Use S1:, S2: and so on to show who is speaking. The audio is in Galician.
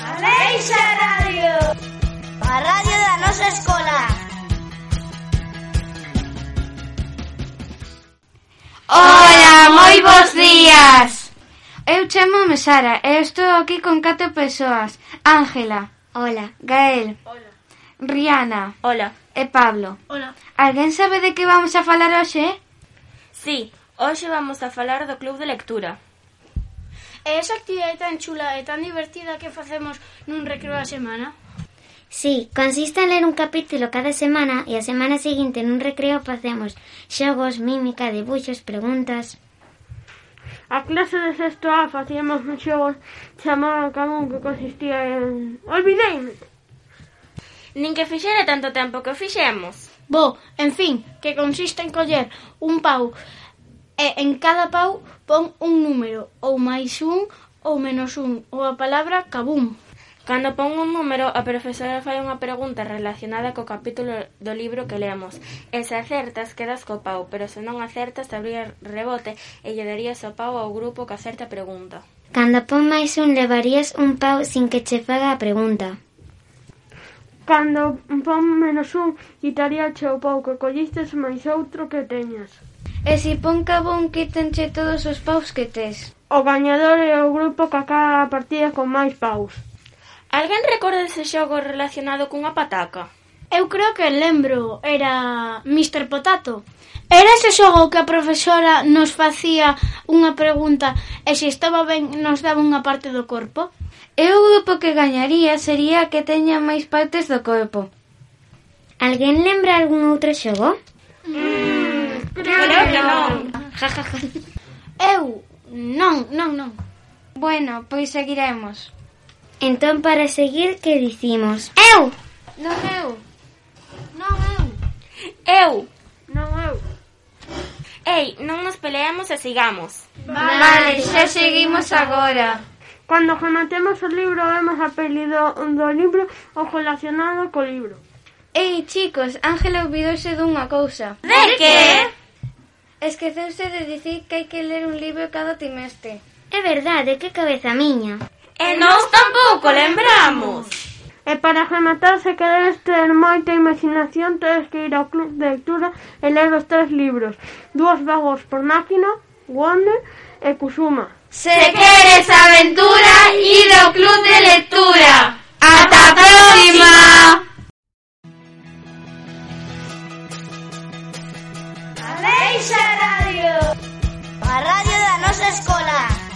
S1: Eixa Radio. A radio da nosa escola.
S2: Ola, moi bos días.
S3: Eu chamo-me Sara e estou aquí con catro persoas. Ángela. Hola. Gael. Hola. Rihanna.
S2: Hola.
S3: E Pablo.
S2: Hola.
S3: Alguén sabe de que vamos a falar hoxe?
S2: Sí, hoxe vamos a falar do club de lectura.
S4: E Eh, esa actividade tan chula e tan divertida que facemos nun recreo a semana?
S5: Sí, consiste en ler un capítulo cada semana e a semana seguinte nun recreo facemos xogos, mímica, debuxos, preguntas...
S6: A clase de sexto A facíamos un xogo chamado Camón que consistía en... Olvideime!
S2: Nin que fixera tanto tempo que o fixemos.
S4: Bo, en fin, que consiste en coller un pau e en cada pau pon un número, ou máis un, ou menos un, ou a palabra cabum.
S2: Cando pon un número, a profesora fai unha pregunta relacionada co capítulo do libro que lemos. E se acertas, quedas co pau, pero se non acertas, abría rebote e lle darías o pau ao grupo que acerta a pregunta.
S5: Cando pon máis un levarías un pau sin que che faga a pregunta.
S6: Cando pon menos un, quitaría che o pau que collistes máis outro que teñas.
S3: E si pon cabón, quítanche todos os paus que tes.
S6: O gañador é o grupo que acaba a partida con máis paus.
S2: Alguén recorda ese xogo relacionado cunha pataca?
S4: Eu creo que lembro, era Mr. Potato. Era ese xogo que a profesora nos facía unha pregunta e se estaba ben nos daba unha parte do corpo?
S3: E o grupo que gañaría sería a que teña máis partes do corpo.
S5: Alguén lembra algún outro xogo?
S2: Creo que non.
S4: Eu? Non, non, non.
S3: Bueno, pois seguiremos.
S5: Entón, para seguir, que dicimos?
S4: Eu!
S3: Non eu.
S4: Non, eu.
S2: Eu!
S6: Non eu.
S2: Ei, non nos peleamos e sigamos.
S3: Vale, xa seguimos agora.
S6: Cando rematemos o libro vemos a peli do, do libro ou relacionado co libro.
S3: Ei, chicos, Ángela olvidouse dunha cousa.
S2: De que?
S3: Esqueceuse de dicir que hai que ler un libro cada trimestre.
S5: É verdade, que cabeza miña.
S2: E nós tampouco lembramos.
S6: E para rematar, se queres ter moita imaginación, tedes que ir ao club de lectura e ler os tres libros. Dúas vagos por máquina, Wonder e Kusuma.
S3: Se queres aventura, ide ao club de lectura. Ata a próxima!
S1: A Eixa Radio. A radio da nosa escola.